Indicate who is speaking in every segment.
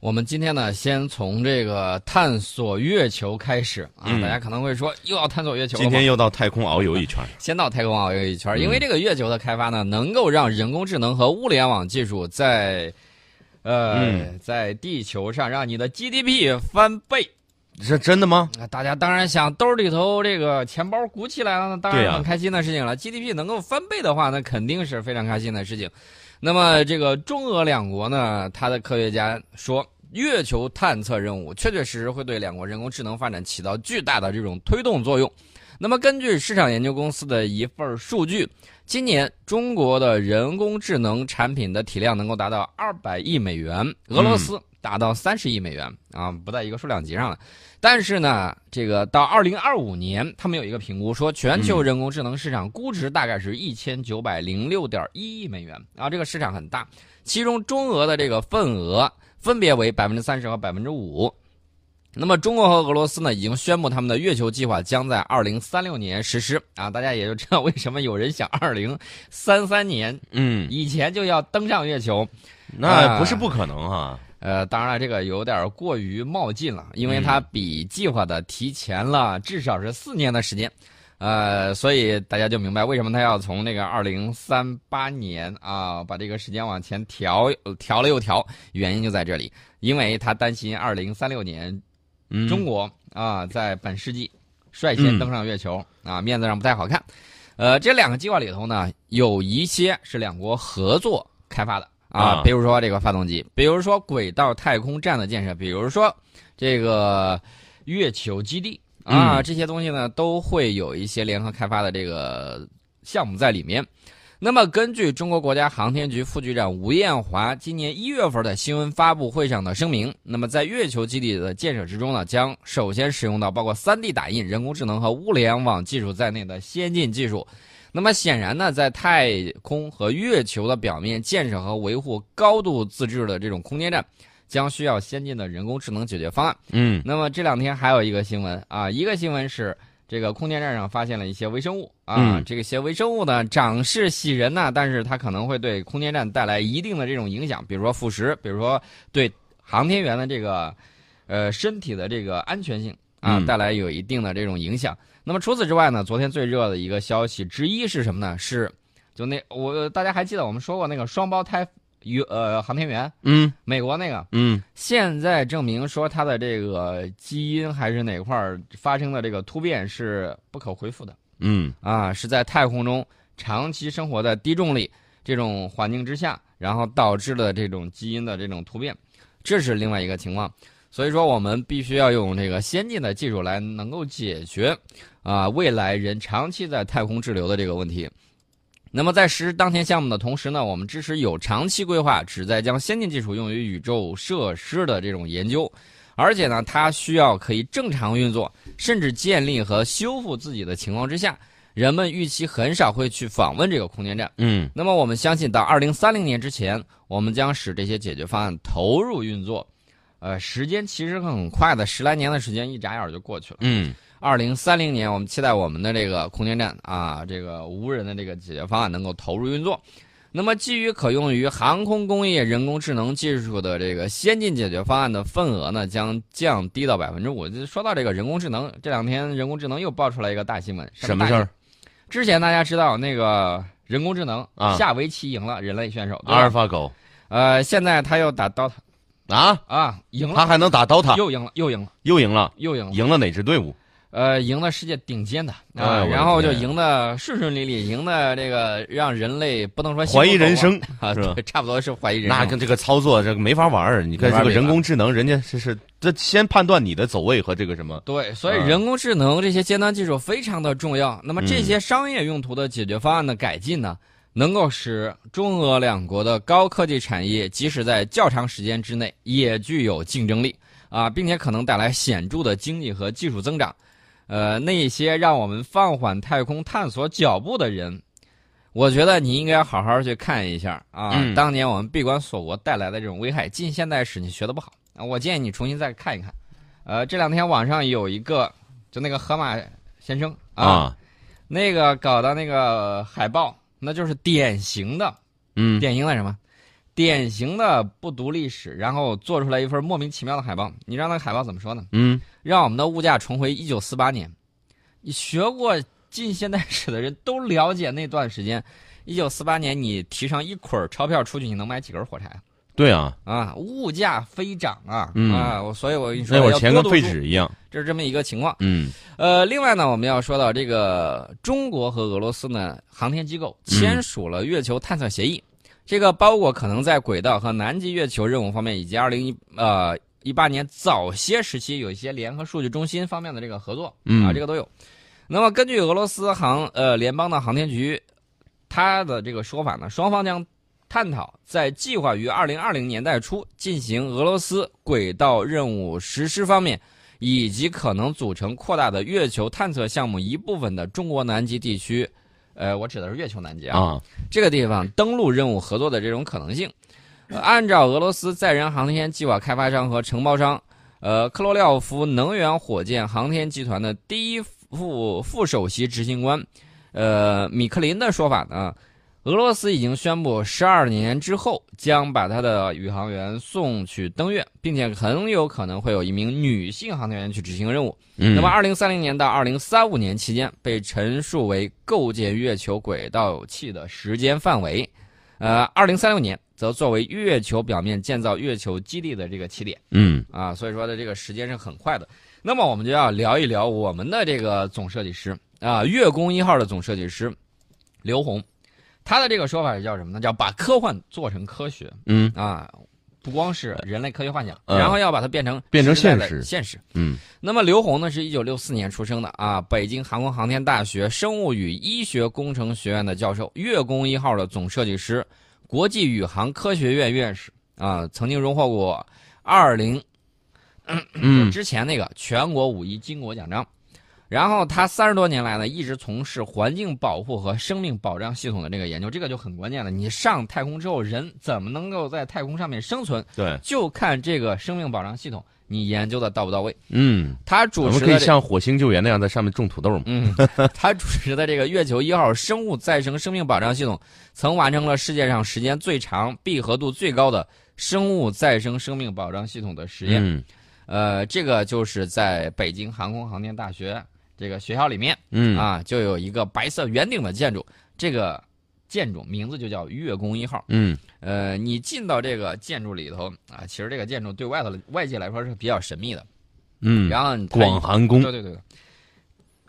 Speaker 1: 我们今天呢，先从这个探索月球开始啊。
Speaker 2: 嗯
Speaker 1: 大家可能会说，又要探索月 球了
Speaker 2: 今
Speaker 1: 吗
Speaker 2: 天又到太空遨游一 圈儿，
Speaker 1: 先到太空网游一圈儿，
Speaker 2: 嗯
Speaker 1: 因为这个月球的开发呢，能够让人工智能和物联网技术在，呃，
Speaker 2: 嗯
Speaker 1: 在地球上让你的 GDP 翻倍。
Speaker 2: 是真的吗？
Speaker 1: 那大家当然想兜里头这个钱包鼓起来了，那当
Speaker 2: 对
Speaker 1: 然
Speaker 2: 呀
Speaker 1: 很开心的事情了。GDP 能够翻倍的话，那肯定是非常开心的事情。那么这个中俄两国呢，它的科学家说。月球探测任务确确实实会对两国人工智能发展起到巨大的这种推动作用。那么，根据市场研究公司的一份数据，今年中国的人工智能产品的体量能够达到二百亿美元，俄罗斯达到三十亿美元、啊，不在一个数量级上了。但是呢，这个到二零二五年，他们有一个评估说，全球人工智能市场估值大概是一千九百零六点一亿美元啊，这个市场很大，其中中俄的这个份额分别为百分之三十和百分之五。那么，中国和俄罗斯呢，已经宣布他们的月球计划将在二零三六年实施啊，大家也就知道为什么有人想 二零三三年
Speaker 2: 嗯，
Speaker 1: 以前就要登上月球。哎
Speaker 2: 那不是不可能啊。
Speaker 1: 呃，当然了，这个有点过于冒进了，因为它比计划的提前了至少是四年的时间，呃，所以大家就明白为什么他要从那个二零三八年啊，把这个时间往前调调了又调，原因就在这里，因为他担心二零三六年
Speaker 2: 嗯，
Speaker 1: 中国啊，在本世纪率先
Speaker 2: 嗯
Speaker 1: 登上月球、啊，面子上不太好看。呃，这两个计划里头呢，有一些是两国合作开发的啊，
Speaker 2: 啊
Speaker 1: 比如说这个发动机，比如说轨道太空站的建设，比如说这个月球基地啊，
Speaker 2: 嗯
Speaker 1: 这些东西呢都会有一些联合开发的这个项目在里面。那么，根据中国国家航天局副局长吴艳华今年一月份的新闻发布会上的声明，那么在月球基地的建设之中呢，将首先使用到包括 3D 打印、人工智能和物联网技术在内的先进技术。那么显然呢，在太空和月球的表面建设和维护高度自治的这种空间站，将需要先进的人工智能解决方案。
Speaker 2: 嗯，
Speaker 1: 那么这两天还有一个新闻啊，一个新闻是这个空间站上发现了一些微生物啊，
Speaker 2: 嗯
Speaker 1: 这个些微生物呢长势喜人呐，但是它可能会对空间站带来一定的这种影响，比如说腐蚀，比如说对航天员的这个呃身体的这个安全性啊
Speaker 2: 嗯
Speaker 1: 带来有一定的这种影响。那么除此之外呢，昨天最热的一个消息之一是什么呢？是就那我大家还记得我们说过那个双胞胎宇呃航天员，
Speaker 2: 嗯
Speaker 1: 美国那个
Speaker 2: 嗯
Speaker 1: 现在证明说它的这个基因还是哪块儿发生的这个突变是不可恢复的
Speaker 2: 嗯
Speaker 1: 啊，是在太空中长期生活在低重力这种环境之下，然后导致了这种基因的这种突变，这是另外一个情况。所以说，我们必须要用这个先进的技术来能够解决啊未来人长期在太空滞留的这个问题。那么在实施当前项目的同时呢，我们支持有长期规划，旨在将先进技术用于宇宙设施的这种研究，而且呢，它需要可以正常运作，甚至建立和修复自己的情况之下，人们预期很少会去访问这个空间站。
Speaker 2: 嗯
Speaker 1: 那么我们相信，到二零三零年之前，我们将使这些解决方案投入运作。呃，时间其实很快的，十来年的时间一眨眼儿就过去了。
Speaker 2: 嗯
Speaker 1: 二零三零年，我们期待我们的这个空间站啊，这个无人的这个解决方案能够投入运作。那么，基于可用于航空工业人工智能技术的这个先进解决方案的份额呢，将降低到百分之五。就说到这个人工智能，这两天人工智能又爆出来一个大新闻，
Speaker 2: 什
Speaker 1: 大
Speaker 2: 么事
Speaker 1: 新
Speaker 2: 儿？
Speaker 1: 之前大家知道那个人工智能
Speaker 2: 啊
Speaker 1: 下围棋赢了人类选手，对
Speaker 2: 阿尔
Speaker 1: 吧？
Speaker 2: 法狗
Speaker 1: 呃，现在他又打 DOTA
Speaker 2: 啊，
Speaker 1: 啊，赢了，
Speaker 2: 他还能打 DOTA，
Speaker 1: 又赢了，又赢了，
Speaker 2: 又赢了，
Speaker 1: 又赢了。
Speaker 2: 啊赢了哪支队伍？
Speaker 1: 呃，赢的世界顶尖的
Speaker 2: 哎
Speaker 1: 啊，
Speaker 2: 我的
Speaker 1: 然后就
Speaker 2: 天
Speaker 1: 赢的顺顺利利，赢的这个让人类不能说心服
Speaker 2: 怀疑人
Speaker 1: 口
Speaker 2: 生，
Speaker 1: 服啊，
Speaker 2: 是吧
Speaker 1: 对，差不多是怀疑人
Speaker 2: 那
Speaker 1: 生。
Speaker 2: 跟这个操作这个没法玩儿。你
Speaker 1: 没
Speaker 2: 看
Speaker 1: 法
Speaker 2: 这个
Speaker 1: 比了
Speaker 2: 人工智能，人家是是这先判断你的走位和这个什么，
Speaker 1: 对，所以
Speaker 2: 嗯
Speaker 1: 人工智能这些尖端技术非常的重要。那么这
Speaker 2: 嗯
Speaker 1: 些商业用途的解决方案的改进呢，能够使中俄两国的高科技产业，即使在较长时间之内也具有竞争力啊，并且可能带来显著的经济和技术增长。呃，那些让我们放缓太空探索脚步的人，我觉得你应该好好去看一下啊，
Speaker 2: 嗯
Speaker 1: 当年我们闭关锁国带来的这种危害，近现代史你学的不好啊，我建议你重新再看一看。呃，这两天网上有一个，就那个河马先生啊，
Speaker 2: 啊，
Speaker 1: 那个搞的那个海报，那就是典型的
Speaker 2: 嗯
Speaker 1: 典型的什么？典型的不读历史，然后做出来一份莫名其妙的海报。你让那个海报怎么说呢？
Speaker 2: 嗯，
Speaker 1: 让我们的物价重回一九四八年。你学过近现代史的人都了解那段时间，一九四八年你提上一捆儿钞票出去，你能买几根火柴啊？
Speaker 2: 对啊，
Speaker 1: 啊，物价飞涨啊！
Speaker 2: 嗯
Speaker 1: 啊，我所以我跟你说，
Speaker 2: 那会儿
Speaker 1: 要
Speaker 2: 钱
Speaker 1: 多读
Speaker 2: 跟废
Speaker 1: 书，
Speaker 2: 纸一样。
Speaker 1: 这是这么一个情况。
Speaker 2: 嗯
Speaker 1: 呃，另外呢，我们要说到这个中国和俄罗斯呢，航天机构签署了月球探测协议，这个包裹可能在轨道和南极月球任务方面，以及二零一呃一八年早些时期有一些联合数据中心方面的这个合作
Speaker 2: 嗯
Speaker 1: 啊，这个都有。那么根据俄罗斯航呃联邦的航天局，它的这个说法呢，双方将探讨在计划于二零二零年代初进行俄罗斯轨道任务实施方面，以及可能组成扩大的月球探测项目一部分的中国南极地区，呃，我指的是月球南极啊，
Speaker 2: 啊，
Speaker 1: 这个地方登陆任务合作的这种可能性。呃按照俄罗斯载人航天计划开发商和承包商，呃，克罗廖夫能源火箭航天集团的第一副副首席执行官，呃，米克林的说法呢，俄罗斯已经宣布，十二年之后将把他的宇航员送去登月，并且很有可能会有一名女性航天员去执行任务。
Speaker 2: 嗯，
Speaker 1: 那么，二零三零年到二零三五年期间，被陈述为构建月球轨道器的时间范围。呃，二零三六年则作为月球表面建造月球基地的这个起点
Speaker 2: 嗯
Speaker 1: 啊，所以说的这个时间是很快的。那么，我们就要聊一聊我们的这个总设计师啊，月宫一号的总设计师刘红，他的这个说法叫什么呢？叫把科幻做成科学
Speaker 2: 嗯
Speaker 1: 啊，不光是人类科学幻想，
Speaker 2: 呃
Speaker 1: 然后要把它变成
Speaker 2: 变成
Speaker 1: 实在的
Speaker 2: 现实
Speaker 1: 现实。
Speaker 2: 嗯
Speaker 1: 那么刘宏呢，是一九六四年出生的啊，北京航空航天大学生物与医学工程学院的教授，月宫一号的总设计师，国际宇航科学院院士啊，曾经荣获过二零
Speaker 2: 嗯
Speaker 1: 之前那个全国五一巾帼奖章。然后他三十多年来呢，一直从事环境保护和生命保障系统的这个研究，这个就很关键了。你上太空之后，人怎么能够在太空上面生存，
Speaker 2: 对，
Speaker 1: 就看这个生命保障系统你研究的到不到位。
Speaker 2: 嗯，
Speaker 1: 他
Speaker 2: 我
Speaker 1: 主
Speaker 2: 们
Speaker 1: 持
Speaker 2: 可以
Speaker 1: 的这
Speaker 2: 像火星救援那样在上面种土豆嘛。
Speaker 1: 嗯， 他主持的这个月球一号生物再生生命保障系统，曾完成了世界上时间最长、闭合度最高的生物再生生命保障系统的实验。
Speaker 2: 嗯
Speaker 1: 呃，这个就是在北京航空航天大学这个学校里面、
Speaker 2: 嗯
Speaker 1: 啊，就有一个白色圆顶的建筑，这个建筑名字就叫月宫一号。
Speaker 2: 嗯
Speaker 1: 呃，你进到这个建筑里头啊，其实这个建筑对外头外界来说是比较神秘的。
Speaker 2: 嗯，
Speaker 1: 然后它
Speaker 2: 广寒宫
Speaker 1: 对对对，对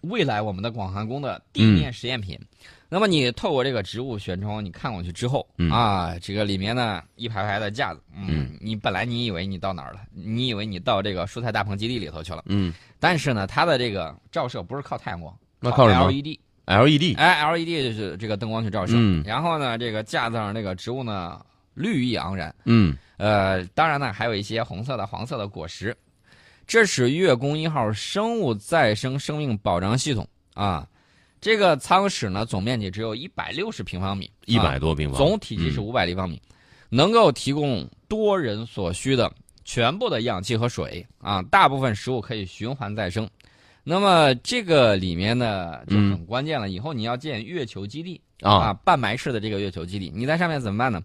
Speaker 1: 未来我们的广寒宫的地面实验品。那么你透过这个植物悬窗，你看过去之后、
Speaker 2: 嗯
Speaker 1: 啊，这个里面呢一排排的架子，嗯，
Speaker 2: 嗯
Speaker 1: 你本来你以为你到哪儿了？你以为你到这个蔬菜大棚基地里头去了，
Speaker 2: 嗯
Speaker 1: 但是呢，它的这个照射不是靠太阳光，
Speaker 2: 那靠什么
Speaker 1: LED，
Speaker 2: ，LED，
Speaker 1: 哎，LED 就是这个灯光去照射。
Speaker 2: 嗯
Speaker 1: 然后呢，这个架子上这个植物呢绿意盎然，
Speaker 2: 嗯
Speaker 1: 呃，当然呢，还有一些红色的、黄色的果实。这是月宫一号生物再生生命保障系统啊，这个舱室呢总面积只有一百六十平方米，
Speaker 2: 一
Speaker 1: 啊
Speaker 2: 百多平方，
Speaker 1: 总体积是
Speaker 2: 嗯
Speaker 1: 五百立方米，能够提供多人所需的全部的氧气和水啊，大部分食物可以循环再生。那么这个里面呢就
Speaker 2: 嗯
Speaker 1: 很关键了，以后你要建月球基地，啊，
Speaker 2: 啊，
Speaker 1: 半埋式的这个月球基地，你在上面怎么办呢？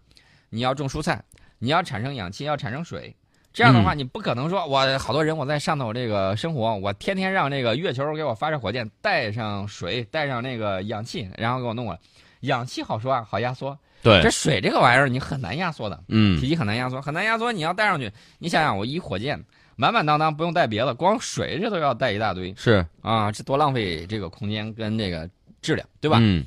Speaker 1: 你要种蔬菜，你要产生氧气，要产生水。这样的
Speaker 2: 嗯
Speaker 1: 话，你不可能说，我好多人我在上头这个生活，我天天让这个月球给我发射火箭，带上水，带上那个氧气，然后给我弄过来。氧气好说啊，好压缩。这
Speaker 2: 对，
Speaker 1: 水这个玩意儿你很难压缩的，
Speaker 2: 嗯
Speaker 1: 体积很难压缩，很难压缩。你要带上去，你想想，我一火箭满满当当不用带别的，光水这都要带一大堆
Speaker 2: 是
Speaker 1: 啊，这多浪费这个空间跟这个质量，对
Speaker 2: 对
Speaker 1: 吧？
Speaker 2: 嗯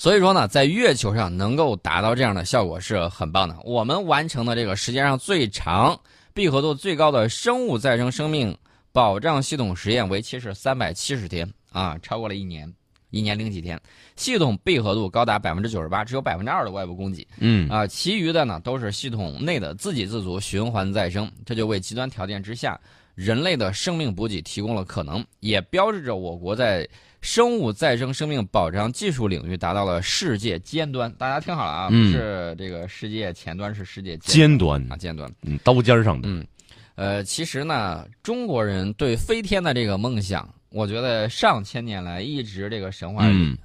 Speaker 1: 所以说呢，在月球上能够达到这样的效果是很棒的。我们完成了这个世界上最长、闭合度最高的生物再生生命保障系统实验，为期是三百七十天啊，超过了一年，一年零几天。系统闭合度高达百分之九十八，只有百分之二的外部供给
Speaker 2: 嗯
Speaker 1: 啊，其余的呢都是系统内的自给自足、循环再生。这就为极端条件之下人类的生命补给提供了可能，也标志着我国在生物再生生命保障技术领域达到了世界尖端。大家听好了啊，不
Speaker 2: 嗯
Speaker 1: 是这个世界前端，是世界
Speaker 2: 尖端，
Speaker 1: 啊尖端。
Speaker 2: 嗯，刀尖上的，
Speaker 1: 嗯，呃，其实呢，中国人对飞天的这个梦想，我觉得上千年来一直这个神话里
Speaker 2: 嗯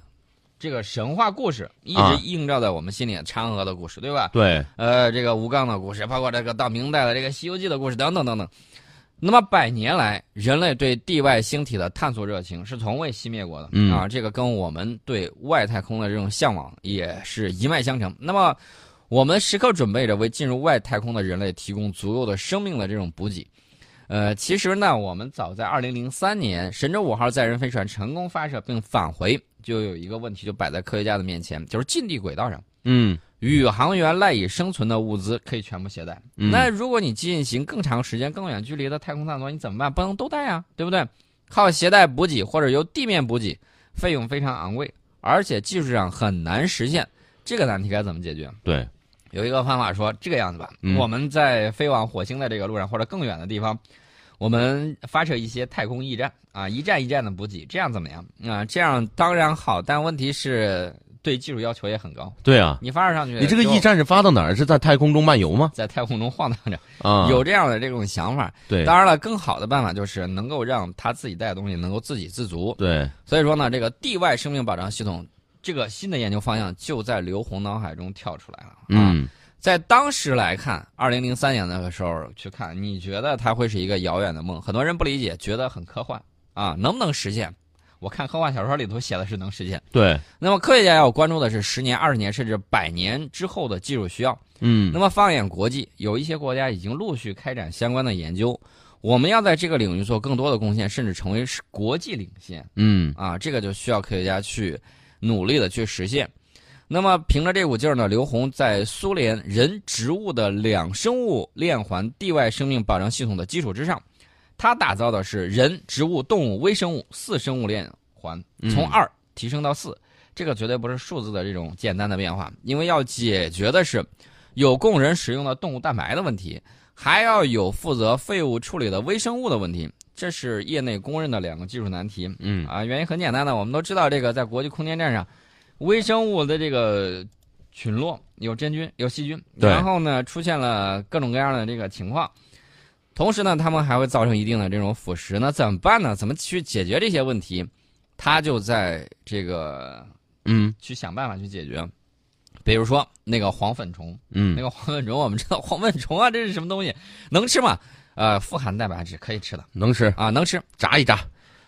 Speaker 1: 这个神话故事一
Speaker 2: 啊
Speaker 1: 直映照在我们心里，嫦娥的故事，对吧？
Speaker 2: 对，
Speaker 1: 呃，这个吴刚的故事，包括这个到明代的这个《西游记》的故事等等等等。那么百年来，人类对地外星体的探索热情是从未熄灭过的、
Speaker 2: 嗯
Speaker 1: 啊！这个跟我们对外太空的这种向往也是一脉相承。那么，我们时刻准备着为进入外太空的人类提供足够的生命的这种补给。呃，其实呢，我们早在2003年，神舟五号载人飞船成功发射并返回，就有一个问题就摆在科学家的面前，就是近地轨道上。
Speaker 2: 嗯，
Speaker 1: 宇航员赖以生存的物资可以全部携带。
Speaker 2: 嗯
Speaker 1: 那如果你进行更长时间、更远距离的太空探索，你怎么办？不能都带啊，对不对？靠携带补给或者由地面补给，费用非常昂贵，而且技术上很难实现。这个难题该怎么解决？
Speaker 2: 对，
Speaker 1: 有一个方法说这个样子吧，
Speaker 2: 嗯
Speaker 1: 我们在飞往火星的这个路上或者更远的地方，我们发射一些太空驿站啊，一站一站的补给，这样怎么样？啊，这样当然好，但问题是对技术要求也很高。
Speaker 2: 对啊，
Speaker 1: 你发射上去，
Speaker 2: 你这个
Speaker 1: 就
Speaker 2: 驿站是发到哪儿？是在太空中漫游吗？
Speaker 1: 在太空中晃荡着，
Speaker 2: 啊，
Speaker 1: 有这样的这种想法。
Speaker 2: 对
Speaker 1: 当然了，更好的办法就是能够让他自己带的东西能够自给自足。
Speaker 2: 对，
Speaker 1: 所以说呢，这个地外生命保障系统这个新的研究方向就在刘红脑海中跳出来了。啊，
Speaker 2: 嗯，
Speaker 1: 在当时来看，二零零三年那个时候去看，你觉得它会是一个遥远的梦？很多人不理解，觉得很科幻啊，能不能实现？我看科幻小说里头写的是能实现。
Speaker 2: 对，
Speaker 1: 那么科学家要关注的是十年、二十年甚至百年之后的技术需要。
Speaker 2: 嗯
Speaker 1: 那么放眼国际，有一些国家已经陆续开展相关的研究。我们要在这个领域做更多的贡献，甚至成为是国际领先
Speaker 2: 嗯
Speaker 1: 啊！这个就需要科学家去努力的去实现。那么凭着这股劲儿呢，刘宏在苏联人植物的两生物链环地外生命保障系统的基础之上，他打造的是人、植物、动物、微生物四生物链环，从
Speaker 2: 嗯
Speaker 1: 二提升到四，这个绝对不是数字的这种简单的变化，因为要解决的是有供人食用的动物蛋白的问题，还要有负责废物处理的微生物的问题，这是业内公认的两个技术难题。
Speaker 2: 嗯
Speaker 1: 啊，原因很简单的，我们都知道这个在国际空间站上，微生物的这个群落有真菌有细菌，
Speaker 2: 对
Speaker 1: 然后呢出现了各种各样的这个情况，同时呢他们还会造成一定的这种腐蚀，那怎么办呢？怎么去解决这些问题？他就在这个
Speaker 2: 嗯
Speaker 1: 去想办法去解决，比如说那个黄粉虫，那
Speaker 2: 嗯，
Speaker 1: 个黄粉虫我们知道黄粉虫啊这是什么东西，能吃吗？呃，富含蛋白质，可以吃的
Speaker 2: 能吃，
Speaker 1: 啊，能吃。
Speaker 2: 炸一炸，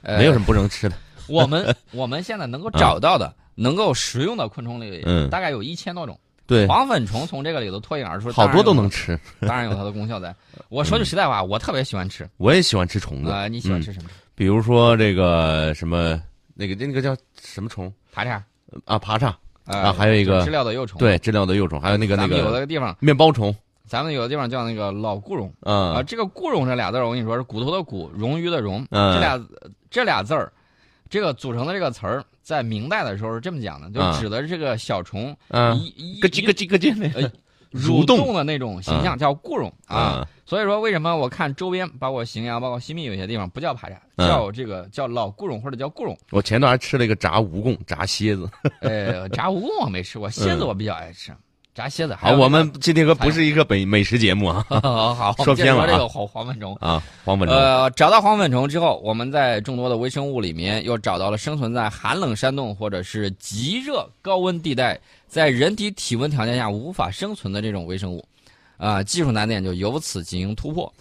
Speaker 1: 呃、
Speaker 2: 没有什么不能吃的。
Speaker 1: 我们我们现在能够找到的、能够食用的昆虫类，
Speaker 2: 啊嗯
Speaker 1: 大概有一千多种。
Speaker 2: 对，
Speaker 1: 黄粉虫从这个里头脱颖而出，
Speaker 2: 好多都
Speaker 1: 当然
Speaker 2: 能
Speaker 1: 有
Speaker 2: 吃。
Speaker 1: 它，当然有它的功效在。我说句实在话，我特别喜欢吃
Speaker 2: 我也喜欢吃虫子，
Speaker 1: 啊、你喜欢
Speaker 2: 嗯
Speaker 1: 吃什么？
Speaker 2: 比如说这个什么那个那个叫什么虫
Speaker 1: 爬蚱
Speaker 2: 啊，爬蚱，
Speaker 1: 呃
Speaker 2: 啊还有一个
Speaker 1: 知了的幼虫。，
Speaker 2: 对，知了的幼虫，还有那个那
Speaker 1: 咱们有
Speaker 2: 个
Speaker 1: 的地方，
Speaker 2: 面包虫，
Speaker 1: 咱们有的地方叫那个老固绒啊、
Speaker 2: 啊，
Speaker 1: 这个固绒这俩字儿，我跟你说是骨头的骨，冗余的冗，
Speaker 2: 嗯
Speaker 1: 这俩这俩字儿，这个组成的这个词儿，在明代的时候是这么讲的，就
Speaker 2: 啊
Speaker 1: 指的是这个小虫
Speaker 2: 嗯，
Speaker 1: 啊一一
Speaker 2: 咯叽咯叽咯叽那
Speaker 1: 呃
Speaker 2: 个
Speaker 1: 蠕
Speaker 2: 蠕动
Speaker 1: 的那种形象，叫固绒啊。，所以说，为什么我看周边，包括荥阳，包括西密，有些地方不叫爬蚱，
Speaker 2: 嗯
Speaker 1: 叫这个叫老固绒或者叫固 绒。
Speaker 2: 我前段还吃了一个炸蜈蚣、炸蝎子。
Speaker 1: 呃，炸蜈蚣我没吃过，蝎子我比较爱吃，炸蝎子。还
Speaker 2: 嗯好，
Speaker 1: 有
Speaker 2: 我
Speaker 1: 那
Speaker 2: 们今天可不是一个美美食节目啊
Speaker 1: 个 好好好
Speaker 2: 说偏
Speaker 1: 我
Speaker 2: 了
Speaker 1: 们接着这
Speaker 2: 啊
Speaker 1: 个黄黄粉虫。
Speaker 2: 啊，黄本龙，
Speaker 1: 呃，找到黄粉虫之后，我们在众多的微生物里面又找到了生存在寒冷山洞或者是极热高温地带，在人体体温条件下无法生存的这种微生物，啊、技术难点就由此进行突破。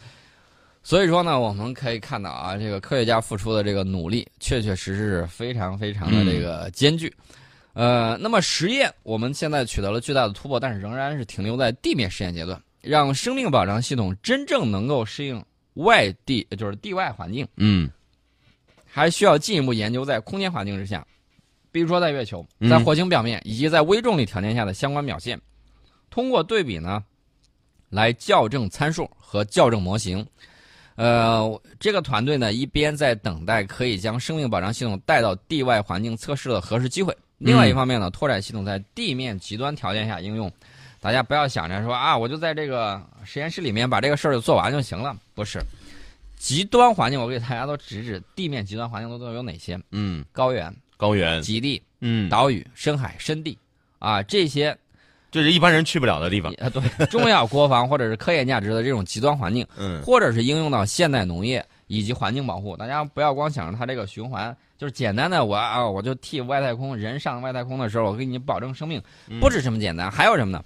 Speaker 1: 所以说呢，我们可以看到啊，这个科学家付出的这个努力，确确实实是非常非常的这个艰巨。呃，那么实验我们现在取得了巨大的突破，但是仍然是停留在地面实验阶段，让生命保障系统真正能够适应外地，就是地外环境，
Speaker 2: 嗯
Speaker 1: 还需要进一步研究在空间环境之下，比如说在月球、
Speaker 2: 嗯
Speaker 1: 在火星表面以及在微重力条件下的相关表现，通过对比呢，来校正参数和校正模型。呃，这个团队呢，一边在等待可以将生命保障系统带到地外环境测试的合适机会，另外一方面呢，拓展系统在地面极端条件下应用。大家不要想着说啊，我就在这个实验室里面把这个事儿就做完就行了，不是。极端环境，我给大家都指指地面极端环境都都有哪些？
Speaker 2: 嗯，
Speaker 1: 高原、
Speaker 2: 高原，
Speaker 1: 极地、
Speaker 2: 嗯，
Speaker 1: 岛屿、深海、深地啊，这些呃
Speaker 2: 这是一般人去不了的地方。
Speaker 1: 啊，对，重要国防或者是科研价值的这种极端环境，
Speaker 2: 嗯
Speaker 1: 或者是应用到现代农业、以及环境保护。大家不要光想着它这个循环，就是简单的我啊，我就替外太空人上外太空的时候，我给你保证生命，
Speaker 2: 嗯
Speaker 1: 不止这么简单。还有什么呢？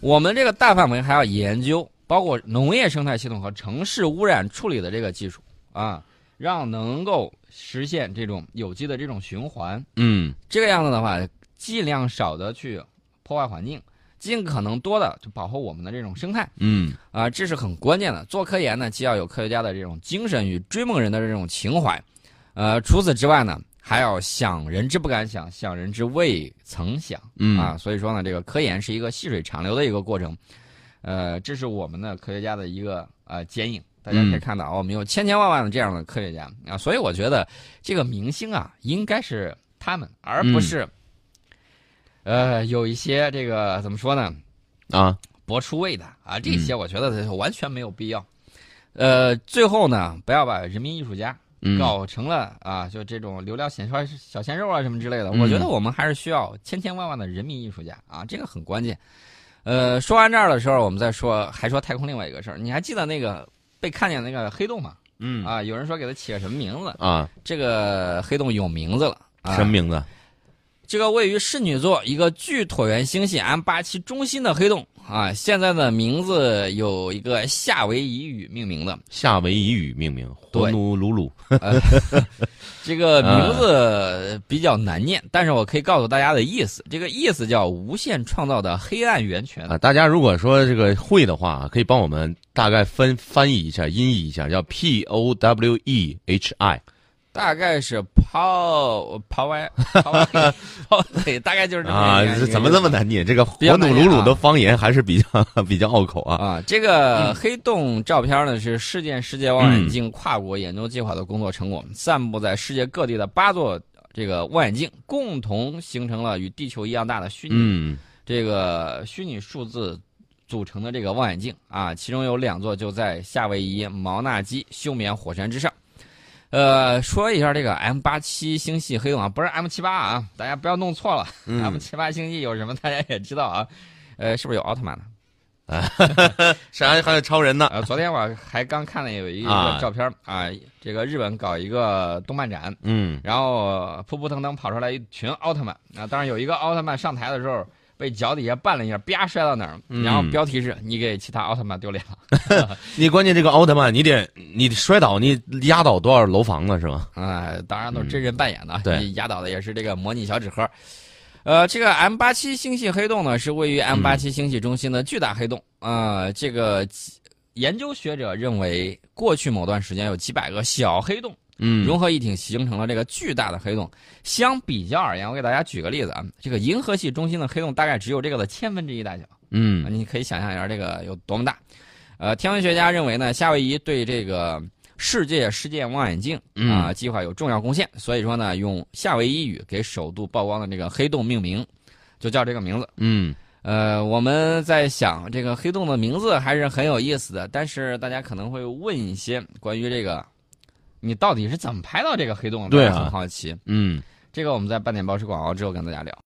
Speaker 1: 我们这个大范围还要研究，包括农业生态系统和城市污染处理的这个技术啊，让能够实现这种有机的这种循环。
Speaker 2: 嗯
Speaker 1: 这个样子的话，尽量少的去破坏环境，尽可能多的就保护我们的这种生态
Speaker 2: 嗯
Speaker 1: 啊、这是很关键的。做科研呢，既要有科学家的这种精神与追梦人的这种情怀，呃，除此之外呢，还要想人之不敢想，想人之未曾想
Speaker 2: 嗯
Speaker 1: 啊。所以说呢，这个科研是一个细水长流的一个过程，呃，这是我们的科学家的一个呃剪影。大家可以
Speaker 2: 嗯
Speaker 1: 看到啊，我们有千千万万的这样的科学家啊，所以我觉得这个明星啊，应该是他们，而不
Speaker 2: 嗯
Speaker 1: 是，呃，有一些这个怎么说呢，
Speaker 2: 啊
Speaker 1: 博出位的啊，这
Speaker 2: 嗯
Speaker 1: 些我觉得完全没有必要。呃，最后呢，不要把人民艺术家
Speaker 2: 嗯
Speaker 1: 搞成了啊，就这种流量显帅小鲜肉啊什么之类的。
Speaker 2: 嗯
Speaker 1: 我觉得我们还是需要千千万万的人民艺术家啊，这个很关键。呃，
Speaker 2: 嗯
Speaker 1: 说完这儿的时候，我们再说，还说太空另外一个事儿。你还记得那个被看见的那个黑洞吗？
Speaker 2: 嗯
Speaker 1: 啊，有人说给它起个什么名字？
Speaker 2: 啊
Speaker 1: 这个黑洞有名字了。啊、
Speaker 2: 什么名字？
Speaker 1: 这个位于室女座一个巨椭圆星系 M 八七中心的黑洞啊，现在的名字有一个夏威夷语命名的，
Speaker 2: 夏威夷语命名，
Speaker 1: 对
Speaker 2: 火奴鲁鲁。
Speaker 1: 这个
Speaker 2: 嗯
Speaker 1: 名字比较难念，但是我可以告诉大家的意思，这个意思叫无限创造的黑暗源泉。
Speaker 2: 啊，大家如果说这个会的话，啊可以帮我们大概翻翻译一下、音译一下，叫 P O W E H I。
Speaker 1: 大概是抛抛 歪抛歪抛对，大概就是这么
Speaker 2: 啊
Speaker 1: 一个，
Speaker 2: 这怎么这么难念？这个
Speaker 1: 比
Speaker 2: 火
Speaker 1: 较
Speaker 2: 努
Speaker 1: 难
Speaker 2: 鲁
Speaker 1: 念
Speaker 2: 鲁
Speaker 1: 啊
Speaker 2: 的方言还是比较比较拗口啊。
Speaker 1: 啊，这个黑洞照片呢是世界世界望远镜跨国研究计划的工作成果，散布在世界各地的八座这个望远镜共同形成了与地球一样大的虚拟、
Speaker 2: 嗯
Speaker 1: 这个虚拟数字组成的这个望远镜啊，其中有两座就在夏威夷毛纳基休眠火山之上。呃，说一下这个 M 八七星系黑洞啊，不是 M 七八啊，大家不要弄错了。M
Speaker 2: 嗯，
Speaker 1: 七八星系有什么大家也知道啊，呃，是不是有奥特曼呢？
Speaker 2: 啥还有超人呢？
Speaker 1: 呃，昨天我还刚看了有一个
Speaker 2: 啊
Speaker 1: 照片儿啊、这个日本搞一个动漫展，
Speaker 2: 嗯
Speaker 1: 然后扑扑腾腾跑出来一群奥特曼啊，当然有一个奥特曼上台的时候被脚底下绊了一下，啪摔到哪儿，然后
Speaker 2: 嗯
Speaker 1: 标题是“你给其他奥特曼丢脸了
Speaker 2: 你关键这个奥特曼，你得你得摔倒，你压倒多少楼房了是吧？”
Speaker 1: 啊、当然都是真人扮演的，
Speaker 2: 嗯对
Speaker 1: 你压倒的也是这个模拟小纸鹤。呃，这个 M 八七星系黑洞呢，是位于 M 八七星系中心的巨大黑洞啊、这个研究学者认为，过去某段时间有几百个小黑洞。
Speaker 2: 嗯
Speaker 1: 融合一体形成了这个巨大的黑洞。相比较而言，我给大家举个例子啊，这个银河系中心的黑洞大概只有这个的千分之一大小，啊
Speaker 2: 嗯
Speaker 1: 你可以想象一下这个有多么大。呃，天文学家认为呢，夏威夷对这个世界世界望远镜啊、
Speaker 2: 嗯
Speaker 1: 计划有重要贡献，所以说呢，用夏威夷语给首度曝光的这个黑洞命名，就叫这个名字。
Speaker 2: 嗯
Speaker 1: 呃，我们在想这个黑洞的名字还是很有意思的，但是大家可能会问一些关于这个，你到底是怎么拍到这个黑洞的？
Speaker 2: 对啊
Speaker 1: 大家很好奇。
Speaker 2: 嗯。
Speaker 1: 这个我们在半点报时广告之后跟大家聊。